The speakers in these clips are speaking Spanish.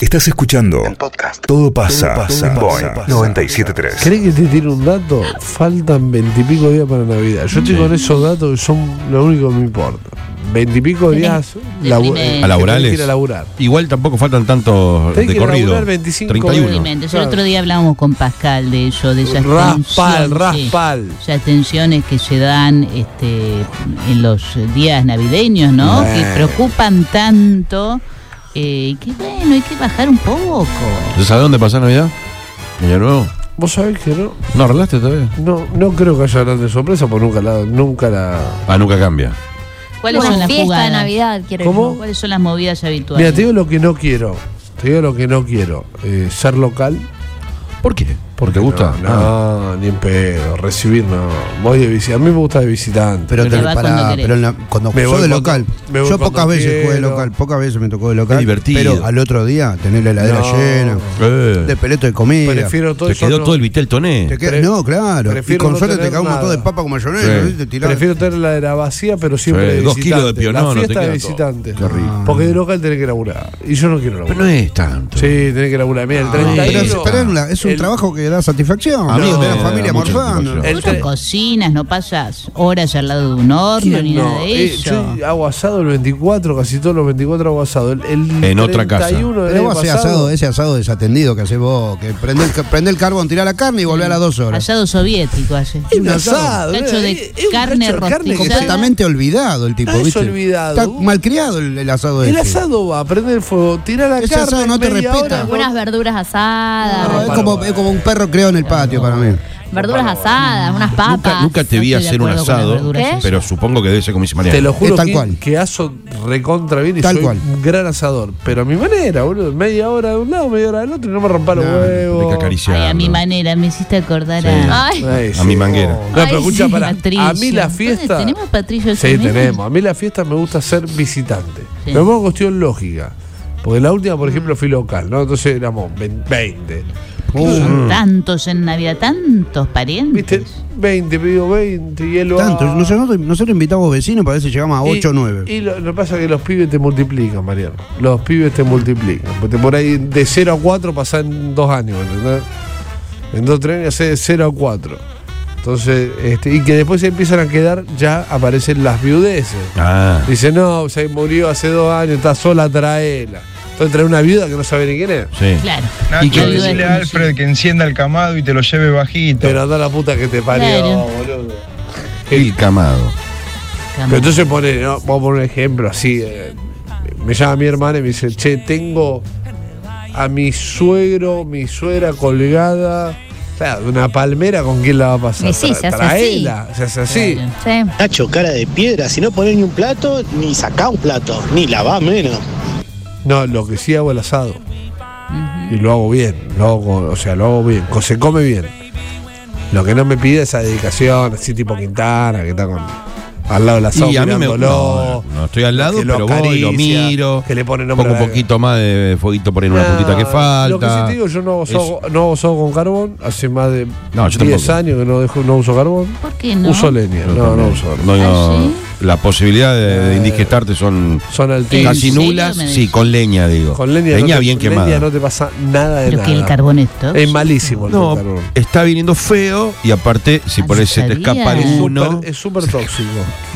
Estás escuchando En podcast. Todo pasa, pasa. Boing Pasa. 973. ¿Creen que te tiene un dato? Faltan veintipico días para Navidad. Yo estoy con esos datos que son lo único que me importa. Veintipico Tenés- días te labu- primen- eh, ¿A que laborales? tenés que ir a laburar. Igual tampoco faltan tantos Tenés de que corrido. laburar 25 31. veces. Yo el Claro. otro día hablábamos con Pascal de ello, de esas Raspal, tensiones, sí, raspal. esas tensiones que se dan este, en los días navideños, ¿no? Que preocupan tanto. Eh, que bueno, hay que bajar un poco. ¿Ya sabes dónde pasar Navidad? ¿Año nuevo? Vos sabés que no, ¿No arreglaste todavía? no, no creo que haya grandes sorpresas porque nunca la, nunca la. Ah, nunca cambia. ¿Cuáles Una son las fiesta jugadas? de Navidad, quiero ¿Cómo? decir. ¿Cuáles son las movidas habituales? Mira, te digo lo que no quiero. Te digo lo que no quiero. Eh, ser local. ¿Por qué? ¿Porque te gusta? No, Ah. no, ni en pedo. Recibir no. Voy de visita. A mí me gusta de visitante. Pero, Te te, va pará, cuando querés. Ah, pero en la- cuando Me yo voy de cuando- local, me voy yo cuando pocas veces jugué de quiero. local, pocas veces me tocó de local. Es divertido. Pero al otro día tener la heladera No. llena, Eh, de peleto de comida. prefiero todo te eso. quedó no- todo el vitel toné. Te queda- Pre- no, claro. Y prefiero con no suerte te tener cae un montón nada. de papa con Sí. mayonesa. ¿viste? Tirás. Prefiero tener la era vacía, pero siempre Sí, de dos kilos de visitante. pionón, no La te fiesta queda de todo. visitante. Qué rico. Porque de local tenés que laburar. Y yo no quiero laburar. Pero no es tanto. Sí, tenés que laburar. Mira, el 31. Ah, Pero es, pero es una- es un el- trabajo que da satisfacción. A mí Amigo, me de la da familia mucha morfando. satisfacción. El Vos no tre- cocinas, no pasas horas al lado de un horno ¿Quién ni no? nada de Eh, eso. yo hago asado el 24, casi todos los 24 hago asado. El, el En otra casa. 31 del Pero vos año hacés pasado- asado, ese asado desatendido que haces vos, que prende el, prende el carbón, tirá la carne y volvés a las dos horas. Asado soviético hace. Es un asado. Cacho ¿no? de Es- es un carne cacho de rostizada. Completamente olvidado el tipo, Ah, es ¿viste? olvidado. Está malcriado el, el asado El ese. asado va a prender el fuego, tirar la Ese carne. asado no te media respeta. hora, Algunas Unas verduras asadas, No, es, Para- como, es como un perro creado en el patio para mí. verduras asadas, unas papas. Nunca, nunca te No vi estoy de hacer un acuerdo con las asado, verduras esas. pero supongo que debe ser como dice Mariano. Te lo juro Es tal que, cual. que aso recontra bien y Tal soy cual. un gran asador. Pero a mi manera, boludo. Media hora de un lado, media hora del otro y no me rompa los No, Hay que huevos. acariciarlo. Ay, a mi manera, me hiciste acordar Sí. a. Ay, Ay, A mi manguera. No, pero Ay, escucha, sí, pará. Patricio. A mí la ¿Dónde fiesta. ¿Tenemos Patricio Sí, también? tenemos. A mí la fiesta me gusta ser visitante. Sí. Pero es una cuestión lógica. Porque la última, por ejemplo, fui local, ¿no? Entonces éramos 20. Son tantos en Navidad, tantos parientes. Mm. ¿Viste? 20, pido 20 y él va- Tanto, nosotros, nosotros invitamos vecinos para ver si llegamos a 8 o 9. Y lo, lo que pasa es que los pibes te multiplican, Mariano. Los pibes te multiplican. Porque por ahí de 0 a 4 pasan 2 años, ¿entendés? En 2 3 años hace de 0 a 4. Entonces, este, y que después se empiezan a quedar, ya aparecen las viudeces. Ah, Dice, no, se murió hace 2 años, está sola, traela. Entonces trae una viuda que no sabe ni quién es. sí. Claro. Nacho, Y que- decirle a Alfred que encienda el camado y te lo lleve bajito. Pero anda la puta que te parió, Claro. boludo. El camado. Pero entonces pone, ¿no? vamos a poner un ejemplo así. eh, me llama mi hermana y me dice, che, tengo a mi suegro, mi suegra colgada. Claro, de una palmera con quién la va a pasar. Y sí, se hace así. Traela, se hace así. Claro. sí. Nacho, cara de piedra, si no ponés ni un plato, ni sacá un plato, ni lavá menos. No, lo que sí hago el asado. Y lo hago bien, lo hago, con- o sea, lo hago bien, co- se come bien. Lo que no me pide es esa dedicación, así tipo Quintana, que está con, al lado del asado Y a mí me mirándolo. no, no estoy al lado, que lo pero voy, lo acaricia, miro. que le pone nombre Pongo un a la- poquito más de fueguito por ahí en una Nah, puntita que falta. Ah, Lo que sí te digo, yo no hago, sogo- no hago sogo con carbón. Hace más de No, yo 10 tampoco. años que no, dejo, no uso carbón. ¿Por qué no? Uso leña. Yo No, no también. uso carbón. No, no, ¿Ah, La posibilidad de, de indigestarte son Son ¿En altísimos. casi serio nulas. me Sí, decís? con leña, digo. Con leña, no te, bien con quemada. leña no te pasa nada de Pero nada. que el carbón es todo. es malísimo el No, carbón. está viniendo feo y aparte, si Ah, por no ahí se te sabía. escapa Es Ah. alguno, súper- Es súper tóxico.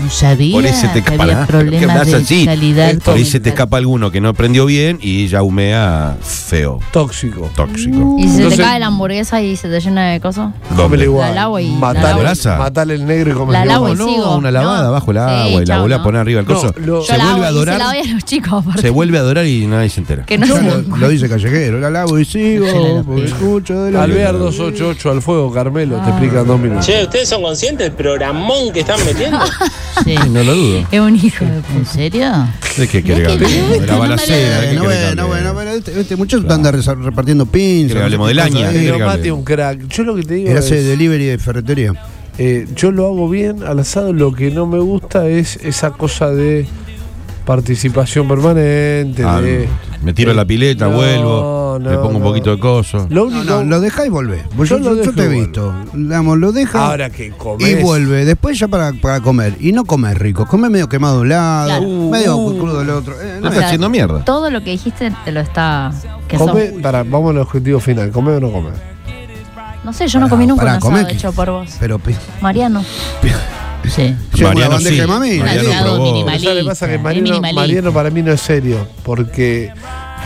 No sabía por ahí se te que escapa. había pará, pero ¿qué problemas hablas de así? calidad. Por con ahí se el te carbón. escapa alguno que no prendió bien y ya humea feo, Tóxico. tóxico. Y si se Entonces- te cae la hamburguesa y se te llena de cosas. Cómele ¿Dónde? igual. La lavo y- la Matale, lavo y- matale el negro y comele La lavo igual. y no, sigo. una lavada No. bajo el agua Sí, y la chao, volví a no. poner arriba el No, coso. lo- Yo se la vuelve hago a y se la dorar, doy a los chicos, aparte. se vuelve a dorar y nadie se entera. Que no se Lo, lo dice Callejero, la lavo y Se la sigo, porque pega. escucho de la Alvear 288 al fuego, Carmelo, te explica en dos minutos. Che, ¿ustedes son conscientes del programón que están metiendo? Sí. No lo dudo. Es un hijo. ¿En serio? ¿De qué quiere que Mirá que hablemos? lindo, De la no me balacera. la- ¿de qué quiere Bueno, que bueno, bueno, hablemos? bueno, este, este muchacho anda resa- repartiendo pinzas. Que hablemos del año, cosas, eh. eh. Pero mate un crack. Yo lo que te digo Él es, hace delivery de ferretería. eh, yo lo hago bien al asado, lo que no me gusta es esa cosa de participación permanente. Ah, Este de- me tiro a la pileta, No, vuelvo, le no, pongo un no. poquito de coso. Lo No, único. no, lo deja y vuelve. Yo Yo, lo yo dejo te he y visto. Digamos, lo deja Ahora que comes. y vuelve. Después ya para, para comer. Y no comer rico. Come medio quemado de un lado, Claro. medio crudo del otro. Eh, no Está es- haciendo mierda. Todo lo que dijiste te lo está. Que Come, sos- para, vamos al objetivo final. ¿Come o no come? No sé, yo no Pará, comí nunca pará, un come asado que- hecho por vos. Pero pi- Mariano. Sí. lleva una Mariano bandeja sí. de mamila. Un Mariano asado probó. Pero minimalista. ¿sabes lo que pasa? Que es Mariano, minimalista. Mariano para mí no es serio, porque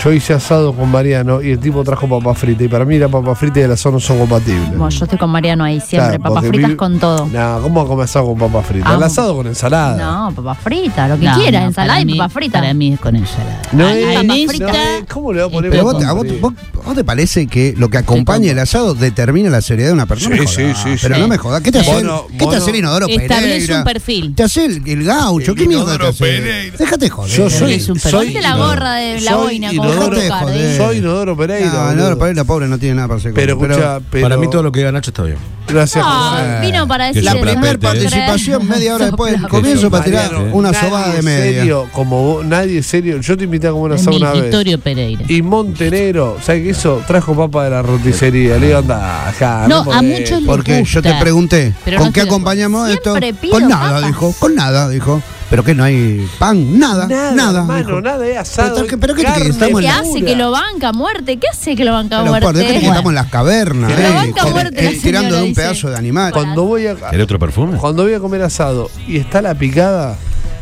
yo hice asado con Mariano y el tipo trajo papas fritas. Y para mí la papa frita y el asado no son compatibles. Bueno, yo estoy con Mariano ahí siempre. Claro, papas porque fritas vive- con todo. No, ¿cómo comer asado con papas fritas? Ah. El asado con ensalada. No, papas fritas, lo que No, quieras, no, ensalada para y mí- papas fritas. Para mí es con ensalada. No, Ah, es- en no, esta- es- ¿Cómo le va a poner Pero Pero vos te, a vos, vos- vos te parece que lo que acompaña el asado determina la seriedad de una persona. Sí, No me sí, jodas, sí, sí. Pero no me jodas. ¿Qué te Sí. hace? Bono- ¿Qué te Bono- hace el inodoro Establece Pereira? un perfil. Te hace el, el gaucho. ¿Qué mierda te hace? Déjate joder. Yo soy, Es un soy perfil. Ponte la gorra de la soy boina, como Inodoro, Dejate de joder. soy Inodoro Pereira. No, boludo. Inodoro Pereira, pobre, no tiene nada para hacer. con- Pero escucha, pero- Para mí todo lo que diga Nacho está bien. Gracias, Ah, José. vino para que decir yo La Sopla primera pete. participación, media hora después del Sopla comienzo, para tirar Mariano, una Nadie sobada de media. serio, como vos, nadie serio. Yo te invité a comer Es asado mi una vez. Vittorio Pereira. Y Montenegro, ¿sabes qué hizo? Trajo papa de la roticería. Le digo, anda, acá. No, podés. a muchos les Porque yo te gusta. pregunté, Pero ¿con no qué te lo- acompañamos esto? Siempre pido Con nada, papas. dijo. Con nada, dijo. ¿Pero qué? ¿No hay pan? Nada, Nada, nada. hermano, dijo. nada es asado. Pero, es ¿pero qué te carne crees? Estamos en ¿Qué la- hace que lo banca a muerte? ¿Qué hace que lo banca a Pero muerte? por dentro que estamos en las cavernas, Pero eh, banca con- muerte eh, la señora, tirando de un dice. pedazo de animal. Cuando voy a, ¿El otro perfume? cuando voy a comer asado y está la picada,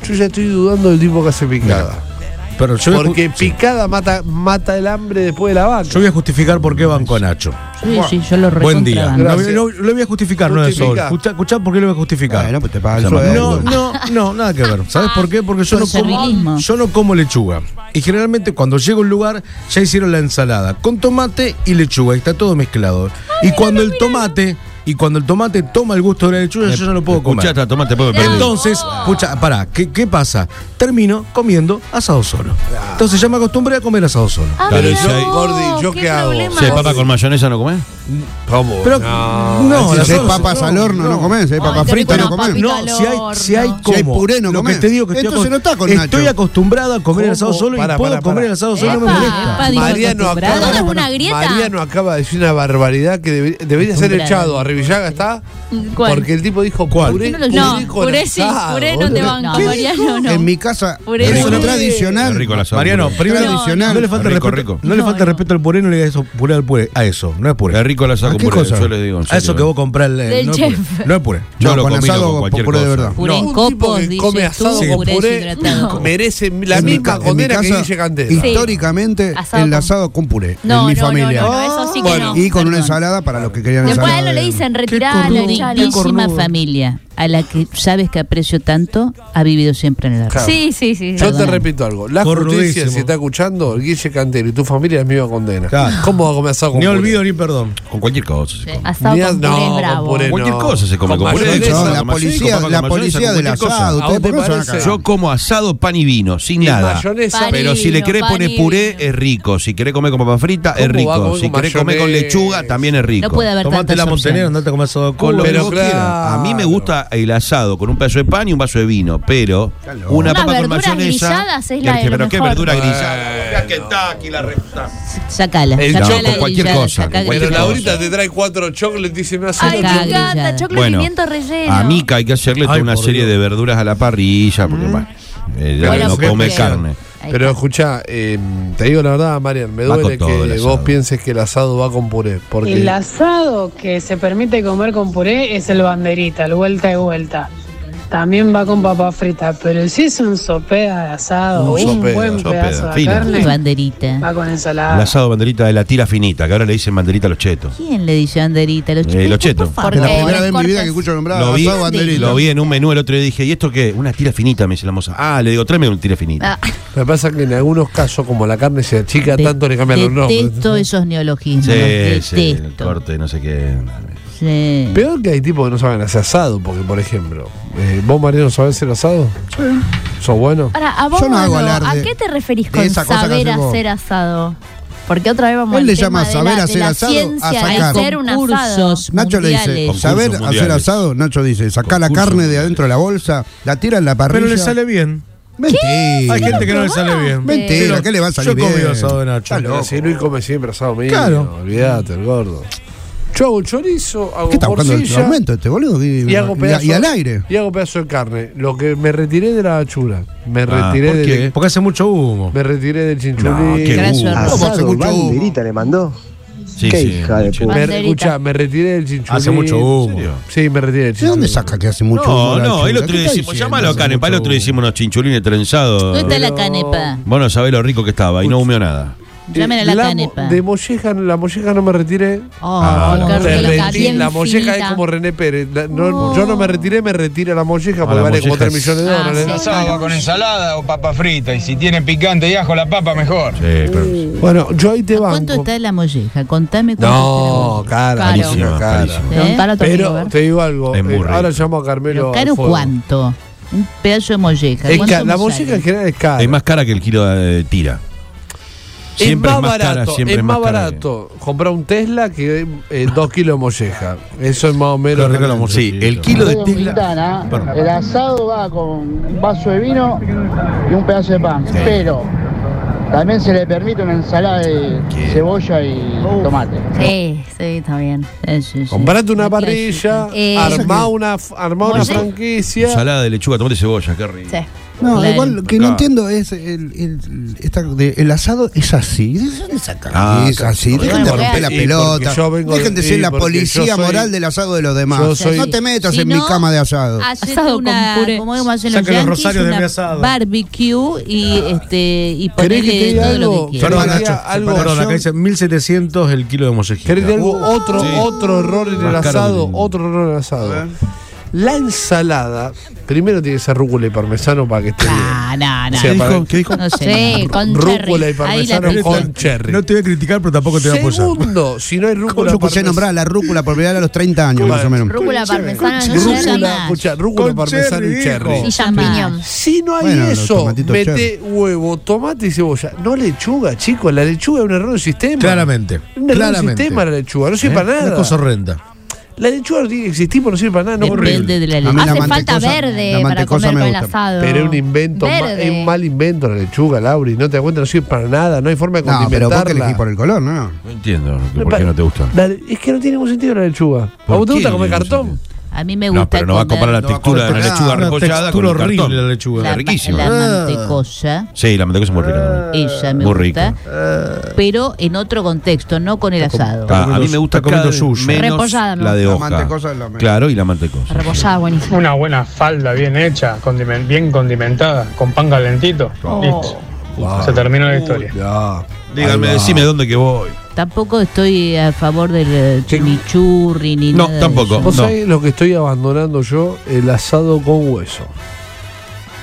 yo ya estoy dudando del tipo que hace picada. Pero yo voy, a ju- Porque sí. picada mata, mata el hambre después de la vaca. Yo voy a justificar por qué banco a Nacho. Sí, sí, yo lo Buen día. recontrabanco. Lo, Gracias. lo- lo voy a justificar, no es eso. Justifica. Escuchá, escuchá por qué lo voy a justificar. Bueno, pues te paga el Se llama No, sueldo. no, no, nada que ver. ¿Sabes por qué? Porque yo Por no, como, servilismo. yo no como lechuga. Y generalmente cuando llego a un lugar ya hicieron la ensalada con tomate y lechuga. Y está todo mezclado. y cuando el tomate, y cuando el tomate toma el gusto de la Eh, lechuga, yo ya no puedo comer. Escuchá, tomate, puedo Entonces, escucha, pará, ¿qué, qué pasa? Termino comiendo asado solo. Entonces ya me acostumbré a comer asado solo. Ah, Claro, mirá y si hay- vos, Gordi, ¿yo qué hago? problema. Si hay papa con mayonesa, ¿no comés? ¿Cómo? Pero No. no, Si las haces asado- papas no, al horno, no, comés. Si hay Ay, papas te fritas, meto no una comés. papi- No, al si hay, horno. si hay Si hay como. puré, no lo comés. que te digo que Esto estoy, acos- se nota con estoy Nacho. acostumbrado a comer el asado ¿Cómo? solo y Pará, puedo pará, comer pará. el asado solo, no me Epa, molesta. epa, digo, Mariano acostumbrado. acaba- ¿Todo es una grieta? Mariano acaba de decir una barbaridad que debe- debería ser Acostumbrado. echado. A Revillaga está. ¿Cuál? Porque el tipo dijo ¿Cuál? puré, No, puré no, con puré sí, asado, puré no boludo. te banca, ¿Qué Mariano no. En mi casa, Por es eso. tradicional. Qué rico el asado. Mariano, puré. primero, No, no, le falta Rico, respeto, rico. No le No, falta no. respeto al puré, no le digas eso, puré al puré. A eso, no es puré. Es rico el asado ¿A con qué puré, cosa? yo le digo. en A eso serio. eh. ¿eh? que vos comprás el, Del no, es puré. chef. no es puré. Yo No, lo con combino asado con con cualquier puré de cosa. verdad. Puré en Un tipo copos, que dice come asado tú, con puré puré deshidratado. merece la En mi misma ca- en mi condena que casa, dice Candela. Históricamente, Asado el con- asado con puré. No, en mi no, no, familia. no, no, eso sí que no. Y con una Perdón. ensalada para los que querían Después a ensalada. él le de- dicen Tu retiralo, echalo. dignísima familia, a la que sabes que aprecio tanto, ha vivido siempre en el arco. Claro. Sí, sí, sí. Yo te Perdón. repito algo. La Cornudísimo. justicia, si está escuchando, el Guille Cantero y tu familia es misma condena. Claro. ¿Cómo va a comer asado con Ni puré? olvido ni perdón. Con cualquier cosa. se come. Asado Ni a- con puré no, bravo. con puré. Cualquier no. cosa se come Con con puré. mayonesa, con No, la macizo, policía, con la mayonesa, policía con del cualquier cosa. asado. ¿A vos Ustedes te por eso van a parece? cagar. Yo como asado, pan y vino, sin Y nada. mayonesa. Pan y Pero si le vino, querés pan poner y puré, vino. es rico. Si querés comer con papa frita, es ¿Cómo va a rico. comer Si con querés comer con mayonesa? lechuga, también es rico. No puede haber Tomate tantas la opciones. Montenegro, andate a comer asado Con con lo Pero que vos quieras. claro. A mí me gusta el asado con un pedazo de pan y un vaso de vino, pero una Unas papa con verduras mayonesa. grilladas es que la dije, de lo pero qué mejor. verdura grisada. que está aquí la recta. Sacala. El sacala choco, grillada, cualquier cosa, sacá cualquier Pero grillada. cosa. Laurita te trae cuatro chocolates y dice, me hace Ay, otro. Sacá me grillada. encanta, chocolate Bueno, pimiento relleno. A Mica hay que hacerle toda Ay, una por serie Dios. de verduras a la parrilla, porque bueno, ella Mm. Bueno, no porque- come carne. Ahí Pero está. escuchá, eh, te digo la verdad, Marian, me Va duele con todo el que asado. vos pienses que el asado va con puré. Porque El asado que se permite comer con puré es el banderita, el vuelta y vuelta. También va con papa frita, pero si es un sopeda de asado, Un un, sopeda, buen sopeda, pedazo de fino. carne, Banderita. va con ensalada. El asado banderita de la tira finita, que ahora le dicen banderita a los chetos. ¿Quién le dice banderita? Los Eh, chetos. los por chetos. Es favor. la Porque primera los vez en mi vida cortes- que escucho nombrar Lo vi, asado banderita. lo vi en un menú el otro día y dije, ¿y esto qué? Una tira finita, me dice la moza. Ah, le digo, tráeme una tira finita. Ah, me pasa que en algunos casos, como la carne se achica De- tanto, le cambian los nombres. Detesto esos neologismos. Sí, los sí, el detesto. corte, no sé qué. Sí. Peor que hay tipos que no saben hacer asado, porque por ejemplo, eh, ¿vos Mariano sabés hacer asado? Sí. ¿Sos bueno? Ahora, a vos, Yo no hago Manolo, alarde ¿a qué te referís de con esa cosa que saber haces vos. hacer asado? Porque otra vez vamos Él al le tema llama de saber la- de hacer la asado a ciencia de sacar. hacer un asado. Concursos Nacho le dice, mundiales. saber Concursos hacer mundiales. asado, Nacho dice, sacá la Concursos carne de mundiales. adentro de la bolsa, la tira en la parrilla. Pero le sale bien. Mentira. Hay gente que no le sale bien. Mentira, Pero ¿qué le va a salir Yo comí bien? asado de Nacho. Está loco. Si Luis come siempre asado mío. Claro. Olvídate, el gordo. Yo hago chorizo, hago ¿Qué está buscando el morcilla aumento este boludo? Y, y hago y- pedazo- y al aire. Y hago pedazo de carne. Lo que me retiré de la achura. Me Ah, retiré ¿Por qué? del, Porque hace mucho humo. me retiré del Ah, No, chinchulín. qué Gracias, gusto. ¿Cómo hace mucho humo? le mandó? Sí, Qué sí, hija de mucho. puta. me, Banderita. escuchá, me retiré del chinchulín. Hace mucho ¿En humo. serio? Sí, me retiré del ¿De chinchulín. dónde saca que hace mucho No, humo la no, el chica? otro ¿Qué día está hicimos, diciendo? llámalo acá, el otro día hicimos unos chinchulines trenzados. ¿Dónde está la Pero- canepa? Vos no sabés lo rico que estaba y no humeó nada. Llamen a la, mo- canepa. De molleja, la molleja no me retiré. Oh, Ah, qué la Me molleja. rico, retiré, bien la molleja es finita. como René Pérez. La- no, Oh. Yo no me retiré, me retira la molleja porque Ah, la vale como molleja 3 es- millones de Ah, dólares. sí. Asado va con ensalada o papa frita. Y si tiene picante y ajo, la papa mejor. Sí, pero. Bueno, yo ahí te ¿A banco. ¿Cuánto está la molleja? Contame cuánto No, cara, Caro. cara. carísimo. está la molleja. ¿Eh? Preguntale a tu amigo, a Pero ver. te digo algo. Es muy eh, rico. ahora llamo a Carmelo. ¿Pero al caro fuego. cuánto? Un pedazo de molleja. Es ¿Cuánto ca- la me molleja sale? en general es cara. Es más cara que el kilo de tira. Siempre es más, cara, barato, siempre es más cara que- barato comprar un Tesla que eh, dos kilos de molleja. Eso es más o menos. Qué rico la molleja. Sí, el kilo de tecla. Perdón. El asado va con un vaso de vino y un pedazo de pan, pero también se le permite una ensalada de ¿Qué? cebolla y tomate. Sí, sí, está bien. Sí, sí, sí. Comprate una parrilla, Eh, armá una, f- armá una molleja. franquicia. Ensalada de lechuga, tomate y cebolla, qué rico. Sí. No, Claro. igual lo que no Acá. entiendo es el, el, esta de- el asado es así. ¿De dónde sacan? Ah, es así. claro. Dejen de Bueno, romper la y porque pelota. yo vengo Dejen de de- ser y la porque policía yo soy- moral del asado de los demás. yo soy- no te metas Si en mi no, ah, cama de asado. Hacete Asado con una, puré. como hacen los Saca los yanquis, rosarios de una mi asado. Barbecue y, este, ¿Querés que y te ponele diga todo algo? lo que quieras. Perdón, Nacho, haría algo- Perdón, acá dice 1700 el kilo de mollejita. ¿Querés decir algo? Uh, Otro, Sí. otro error en el Más caro asado. del- Otro error en el A asado. ver. La ensalada, primero tiene que ser rúcula y parmesano para que esté bien. Ah, no, no. O sea, no. para- ¿Qué dijo? No sé. Sí, con Rúcula y cherry. Ahí la parmesano con cherry. No te voy a criticar, pero tampoco te voy a apoyar. Segundo, si no hay rúcula. Yo escuché parmesano- nombrar a la rúcula por primera vez a los 30 años, más o menos. Rúcula parmesana, con no Ah, sé, cherry. llama- Rúcula, escuchá, rúcula, Con parmesano y cherry, cherry. hijo. y champiñón. Si no hay Bueno, los eso, tomatitos mete huevo, tomate y cebolla. No lechuga, chicos. La lechuga es un error del sistema. Claramente. Un error del claramente. sistema la lechuga. No sirve ¿Eh? para nada. Una cosa horrenda. La lechuga no tiene que existir porque no sirve para nada. No corre. Depende de la A mí leche. la Hace falta mantecosa- la verde para mantecosa comer me con el gusta. asado. Pero es un invento, ma- Verde. es un mal invento la lechuga, Lauri. No te das cuenta, no sirve para nada. No hay forma de No, pero vos que condimentarla. elegís por el color, ¿no? No entiendo que por qué no te gusta. La- es que no tiene ningún sentido la lechuga. ¿A ¿Por vos te qué gusta no comer tiene cartón? sentido? A mí me gusta. No, pero no va a comparar la comer No va a textura de la comparar lechuga nada. repollada con textura el cartón. horrible la lechuga. la, riquísima. la Ah. mantecosa. Sí, la mantecosa es muy rica. Ella me Muy gusta. Pero en otro contexto, no con el asado. Ah, a comiendo- mí me gusta está comiendo cada vez sushi. menos Repollada, me la de gusta. hoja. La mantecosa es la mejor. Claro, y la mantecosa. Rebollada, buenísimo. Una buena falda bien hecha, condimen- bien condimentada, con pan calentito. Oh. Listo. Se terminó la historia. Ya. Dígame, Ahí va. decime dónde que voy. Tampoco estoy a favor del eh, chimichurri ni No, nada. de tampoco. eso. No. ¿Vos sabés lo que estoy abandonando yo? El asado con hueso.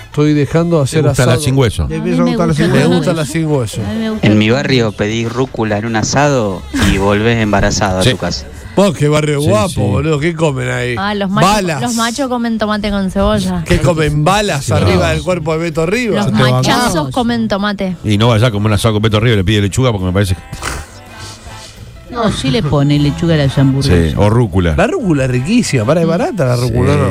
Estoy dejando de ¿Te hacer gusta asado. la sin hueso? Te A mí empieza a me gustar la gusta cebolla. Me con gusta hueso. la sin hueso. A mí me gusta En con mi hueso. barrio pedís rúcula en un asado y volvés embarazado Sí. a tu casa. Vos, qué barrio Sí, guapo, sí. boludo. ¿Qué comen ahí? Ah, los machos, balas. los machos comen tomate con cebolla. ¿Qué comen balas arriba del cuerpo de Beto Rivas? Los te bancás. machazos comen tomate. Y no vaya como un asado con Beto Río y le pide lechuga porque me parece. No, sí le pone lechuga a las Sí, hamburguesas. o rúcula. La rúcula es riquísima. Para, es barata la rúcula, ¿no?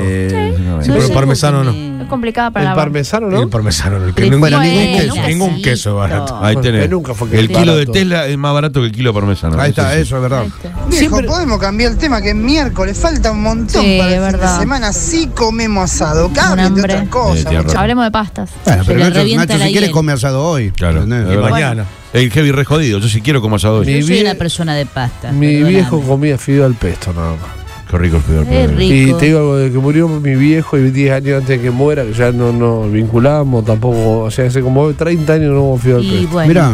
Sí, pero sí, el parmesano no. Es complicada para El la parmesano, ¿no? El parmesano no. el que Prefiero ningún, Bueno, ningún el queso. ningún queso es barato. Ahí Bueno, tenés. que nunca fue que el fue kilo de barato. Tesla es más barato que el kilo de parmesano. Ahí está, Sí, sí. eso es verdad. Dijo, podemos cambiar el tema que es miércoles, falta un montón Sí, para el es fin de verdad. semana, sí comemos asado, Un cambien de hambre. otras Sí, cosas. Eh, tiene razón. Hablemos de pastas. Bueno, Se pero le Nacho, revienta Nacho, la si quiere hiel. come asado hoy. Claro, ¿entendés? es Y verdad. mañana. El heavy re jodido. Yo sí quiero como asado hoy. Mi Yo soy vie- una persona de pasta. Mi perdóname. viejo comía fideo al pesto, nada más. Qué rico el fideo. Es rico. Y te digo algo, de que murió mi viejo y 10 años antes de que muera, que ya no nos vinculamos tampoco. O sea, hace como 30 años no hubo fideo al Y pesto. bueno, Mirá,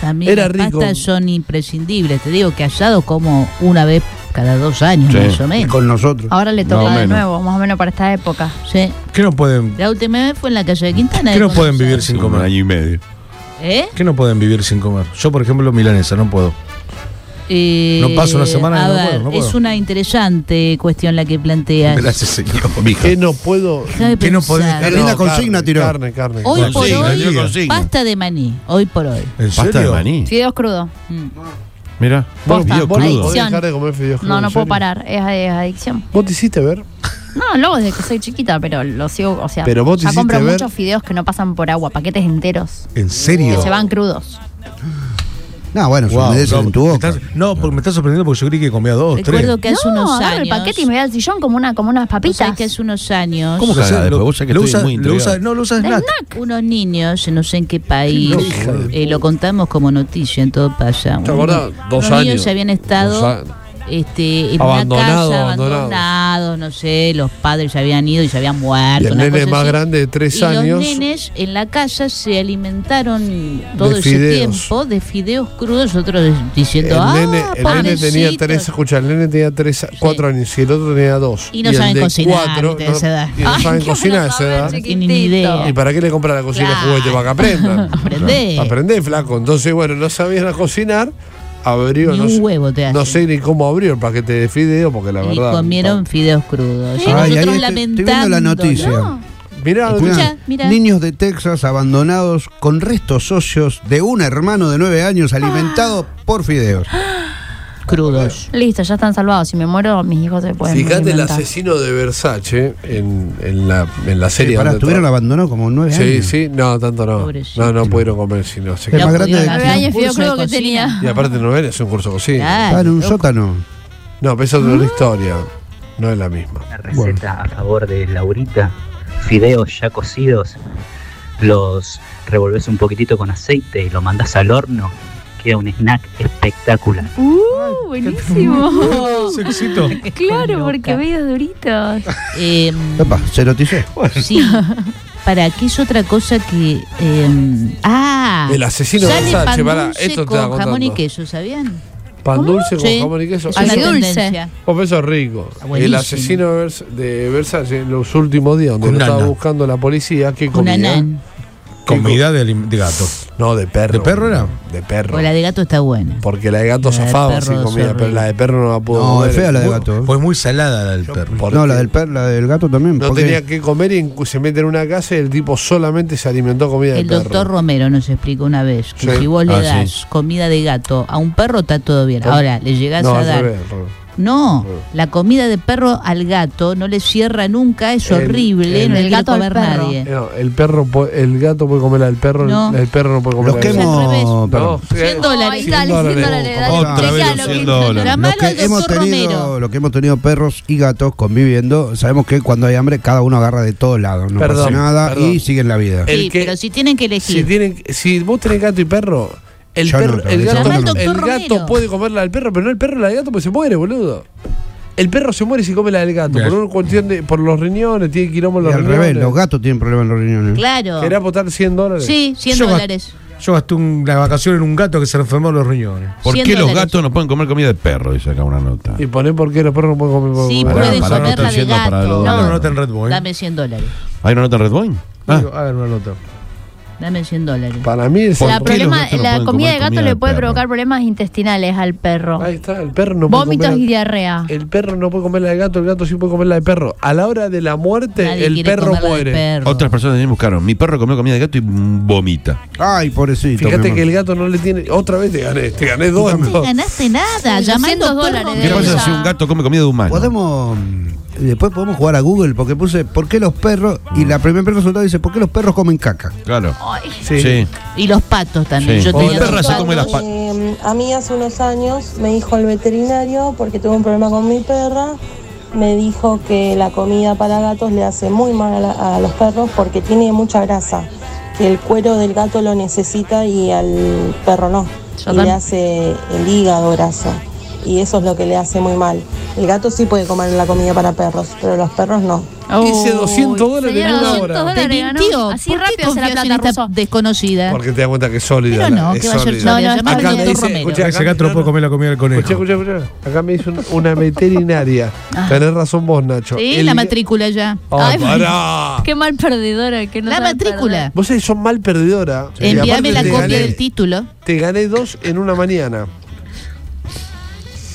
también era las rico. pastas son imprescindibles. Te digo que asado como una vez cada dos años, Sí. más o menos. con nosotros. Ahora le Más toca o de menos. nuevo, más o menos para esta época. Sí. ¿Qué no pueden, La última vez fue en la calle de Quintana. qué de no pueden Concepción. vivir sin Como un comer? año y medio. ¿Eh? ¿Qué no pueden vivir sin comer? Yo, por ejemplo, milanesa, no puedo. Eh, No pasa una semana a que no ver, puedo, no Es puedo. una interesante cuestión la que planteas. Gracias, señor. Mija. Que Eh, no puedo. Déjame ¿Qué no pensar. podés- Qué linda No, carne, consigna tiró. Carne, carne. Hoy Consigna, por hoy, tiró consigna. pasta de maní. Hoy por hoy. ¿En Pasta de serio? maní. Fideos crudos. Mm. Mira. Vos, Posta, Fideo vos no crudo. podés adicción. dejar de comer fideos No, crudos, no ¿en puedo serio? parar. Es, es adicción. ¿Vos te hiciste ver? No, luego desde que soy chiquita, pero lo sigo, o sea, Pero vos te ya hiciste compro ver- muchos fideos que no pasan por agua, paquetes enteros, ¿En que serio? se van crudos. No, bueno, se Wow, humedecen no, en tu boca. estás- no, porque me estás sorprendiendo porque yo creí que comía dos, tres. Recuerdo que hace no, unos agarro el años. paquete y me voy al sillón como una, como unas Vos sabés papitas. que hace unos años. ¿Cómo Lo cagás usa- después? Vos sabés que lo estoy usa- muy lo intrigado. usa- No, lo usa De snack. snack. Unos niños, no sé en qué país, Qué hija de eh, lo contamos como noticia en todo pasa. ¿Te acordás? Dos unos años. niños habían estado Dos años. este, en Abandonado, una casa, abandonado. abandonados, no sé, los padres ya habían ido y se habían muerto. Y el una nene cosa más así. grande de tres Y años. Los nenes en la casa se alimentaron todo De ese fideos. tiempo de fideos crudos, otros diciendo, El ah, nene, el nene tenía pobrecitos". tres, escucha, el nene tenía tres, cuatro años y el otro tenía dos. Y no el saben de cocinar, cuatro, viste, de esa edad. Y no Ay, saben qué bueno cocinar a esa saber, edad. chiquitito. Ni idea. ¿Y para qué le comprar a la cocina Claro. juguete? Para que aprendan. Aprendé. Claro. Aprendé, flaco. Entonces, bueno, no sabían a cocinar, abrió. Ni no un sé- huevo te No sé hacen. ni cómo abrió el paquete de fideo, porque la y verdad. comieron fideos crudos. Y Ay, ahí nosotros estoy- estoy viendo la lamentando. noticia. No, Mirá, Escuchá, mirá. Niños de Texas abandonados con restos óseos de un hermano de nueve años alimentado Ah. por fideos. Crudos. Listo, ya están salvados. Si me muero, mis hijos se pueden. Fíjate el alimentar. asesino de Versace en, en la, en la serie. Sí, Eh, pará, donde estuvieron tra- abandonados como nueve Sí, años. sí, no, tanto no. Pobrecito. No, no pudieron comer, sino se Es Pero quedaron. más grande pudieron de- haber Nueve años hecho un fideo curso de crudo que cocina. tenía. Y aparte no es un curso de cocina. Claro. Estaban Ah, en un loco. sótano. No, pero esa es Ah. otra historia. No es la misma. La receta a favor de Laurita, fideos ya cocidos, los revolves un poquitito con aceite y lo mandas al horno, queda un snack espectacular. Uh, buenísimo. Se excitó. claro, Loca. porque veo duritos. Eh, Epa, se erotizó. sí. Para qué es otra cosa que. eh, ah. El asesino de sale Versace, pan pará, dulce esto te con estaba jamón y contando. queso, ¿sabían? Pan dulce con Sí. jamón y queso. Es una Eso- Agridulce. tendencia. Oh, pero eso es rico. El buenísimo. asesino de Vers- de Versace, en los últimos días, donde Con lo estaba nana. buscando la policía, ¿qué Con comía? anán. Comida de, alim- de gato. No, de perro. ¿De perro era? De perro. O la de gato está buena. Porque la de gato La de zafaba perro sí es comía, pero horrible. la de perro no la pudo No, comer. es fea la de gato. ¿eh? Pues muy salada la del perro. ¿Por No, la qué? del perro, la del gato también. No porque- tenía que comer y encu- se mete en una casa y el tipo solamente se alimentó comida de El perro. doctor Romero nos explicó una vez que Sí. si vos le Ah, das sí. comida de gato a un perro está todo bien. Ahora, le llegás no, a al dar. revés, Ah. al revés. No, la comida de perro al gato no le cierra nunca, es El- horrible, el- no le el quiere gato al comer perro. nadie. No, el perro, po- el gato puede comer al perro, No. el perro no puede comer Los al que gato. hemos. No, perdón. sí. eh, Cien dólares. Ay, dale, Dólares. cien dólares, dale. Otra vez Chequealo, los que- 100 dólares. Llamalo Los que al hemos doctor tenido, Romero. lo que hemos tenido perros y gatos conviviendo, sabemos que cuando hay hambre cada uno agarra de todos lados, no Perdón, pasa nada perdón. Eh, y siguen la vida. el Sí, que- pero si tienen que Si, elegir. tienen, si vos tenés gato y perro, el, Yo no, perro, pero el yo gato, no. Llama al doctor el gato Romero. puede comerla al perro, pero no el perro la del gato, porque se muere, boludo. El perro se muere si come la del gato, Bien. por una cuestión de, por los riñones, tiene quilombo en Y los al riñones. revés, los gatos tienen problemas en los riñones. Claro. ¿Querés apostar 100 dólares? Sí, 100 Yo gast- dólares. Yo gasté una vacación en un gato que se enfermó los riñones. ¿Por 100 qué los dólares. gatos no pueden comer comida de perro? Dice acá una nota. Y poné por qué los perros no pueden comer Sí, comer. Pará, pueden pará, no comer estoy la de yendo gato. para lo- No, no, Dame. no, en Red Bull. Dame 100 dólares. ¿Hay una nota en Red Bull? Ah, Digo, hagan una nota. Dame 100 dólares. Para mí es. ¿Por La, qué problema, los gatos no la pueden comida comer de gato comida le de puede perro? provocar problemas intestinales al perro. Ahí está, el perro no Eh, puede Vómitos comer. y diarrea. El perro no puede comer la del gato, el gato sí puede comer la del perro. A la hora de la muerte, Nadie el quiere perro comer la de muere. perro. Otras personas también buscaron. Mi perro comió comida de gato y mm, vomita. Ay, pobrecito. mi Fíjate amor. que el gato no le tiene. Otra vez te gané, te gané dos. No ¿no? te ganaste nada. Sí, Llamá al 200 doctor dólares eh. de ¿Qué Romero. pasa esa- si un gato come comida de humano? Podemos. y Después podemos jugar a Google porque puse ¿por qué los perros? Y la primera pregunta dice ¿por qué los perros comen caca? Claro. Sí. Y los patos también. Sí. Yo O tenía el perro dos se come gatos. las patas. Eh, a mí hace unos años me dijo el veterinario, porque tuve un problema con mi perra, me dijo que la comida para gatos le hace muy mal a, la- a los perros porque tiene mucha grasa, que el cuero del gato lo necesita y al perro no. Yo Y tam- le hace el hígado graso y eso es lo que le hace muy mal. El gato sí puede comer la comida para perros, pero los perros no. Hice 200 Uy, dólares señora, en una 200 hora. Te dólares ganó. mintió. Así ¿Por qué rápido se la confías en plata esta ruso. desconocida? Porque te das cuenta que es sólida. Pero la- no, es que va a ser sólida. sólida. No, no, Llamá al acá me doctor dice- Romero. escuchá, Ese gato no puede comer la comida del conejo. Escuchá, escuchá, escuchá. Acá me hizo una, una veterinaria. Tenés razón vos, Nacho. Ah. Sí, El la ga- matrícula ya. Oh, Ay, pará. Qué mal perdedora que no La sabe matrícula. Vos sabés, son mal perdedora. Y Envíame aparte la te copia gané- del título. Te gané dos en una mañana.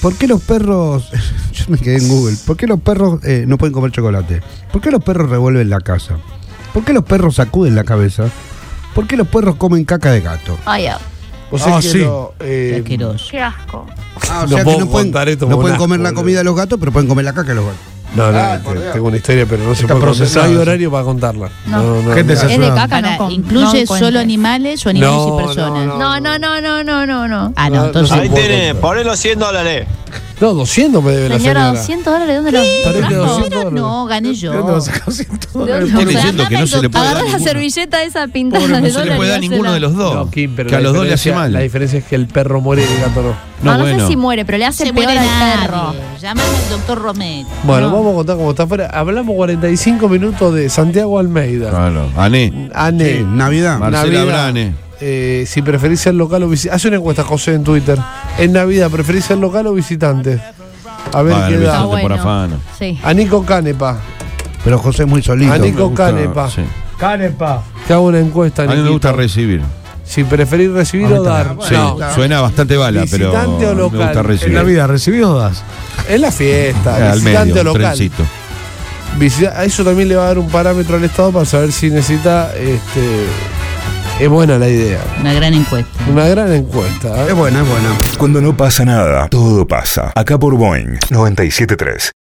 ¿Por qué los perros? Yo me quedé en Google. ¿Por qué los perros eh, no pueden comer chocolate? ¿Por qué los perros revuelven la casa? ¿Por qué los perros sacuden la cabeza? ¿Por qué los perros comen caca de gato? perder. Ay, ah, Vos Ah, sabés que sí. lo, eh, Qué asqueroso. qué asco. Ah, o No sea que puedo no pueden, contar esto no como pueden un comer asco, la boludo. comida de los gatos, pero pueden comer la caca de los gatos. No, no, Ah, te- por Dios. tengo una historia, pero no se Está puede contar. No procesado, hay sí. horario para contarla. No. Gente censurada. Para, con- ¿Incluye no cuentes. solo animales o animales No, y personas? No, no, no, no, no, no, no. Ah, no, entonces. Ahí tenés, ponle los 100 dólares. No, 200 me debe la Señora, señora. 200 dólares, ¿dónde los Parece que trajo? 200 Pero no, gané yo. ¿Dónde vas a sacar 100 dólares? Estoy diciendo que no se le puede dar Agarra la ninguno. servilleta esa pintada Pobre, de no se le dólar puede y dar dásela. ninguno de los dos. No, Kim, pero que a la los dos le hace diferencia- mal. La diferencia es que el perro muere y el gato no. No, No, no sé bueno. si muere, pero le hace se peor muere al nadie. perro. Llaman al doctor Romero. Bueno, vamos a contar cómo está afuera. Hablamos 45 minutos de Santiago Almeida. Claro. Ané. Ane, Sí, Navidad. Marcela Navidad. Brane. eh, si preferís ser local o visitante. Hace una encuesta, José, en Twitter. En Navidad, ¿preferís ser local o visitante? A ver Bueno, qué Ah, visitante da. por afano. Sí. A Nico Canepa. Pero José es muy Ah, solito. A Nico gusta, Canepa. sí. Canepa. Te hago una encuesta, A mí me Niquito. gusta recibir. Si preferís recibir o dar. Sí, suena bastante bala, pero Visitante o me local. gusta recibir. En la vida, ¿recibís o das? En la fiesta, Al visitante medio, o un local. trencito. Visita- a eso también le va a dar un parámetro al Estado para saber si necesita. Este, es buena la idea. Una gran encuesta. Una gran encuesta. ¿eh? Es buena, es buena. Cuando no pasa nada, todo pasa. Acá por Boeing 973.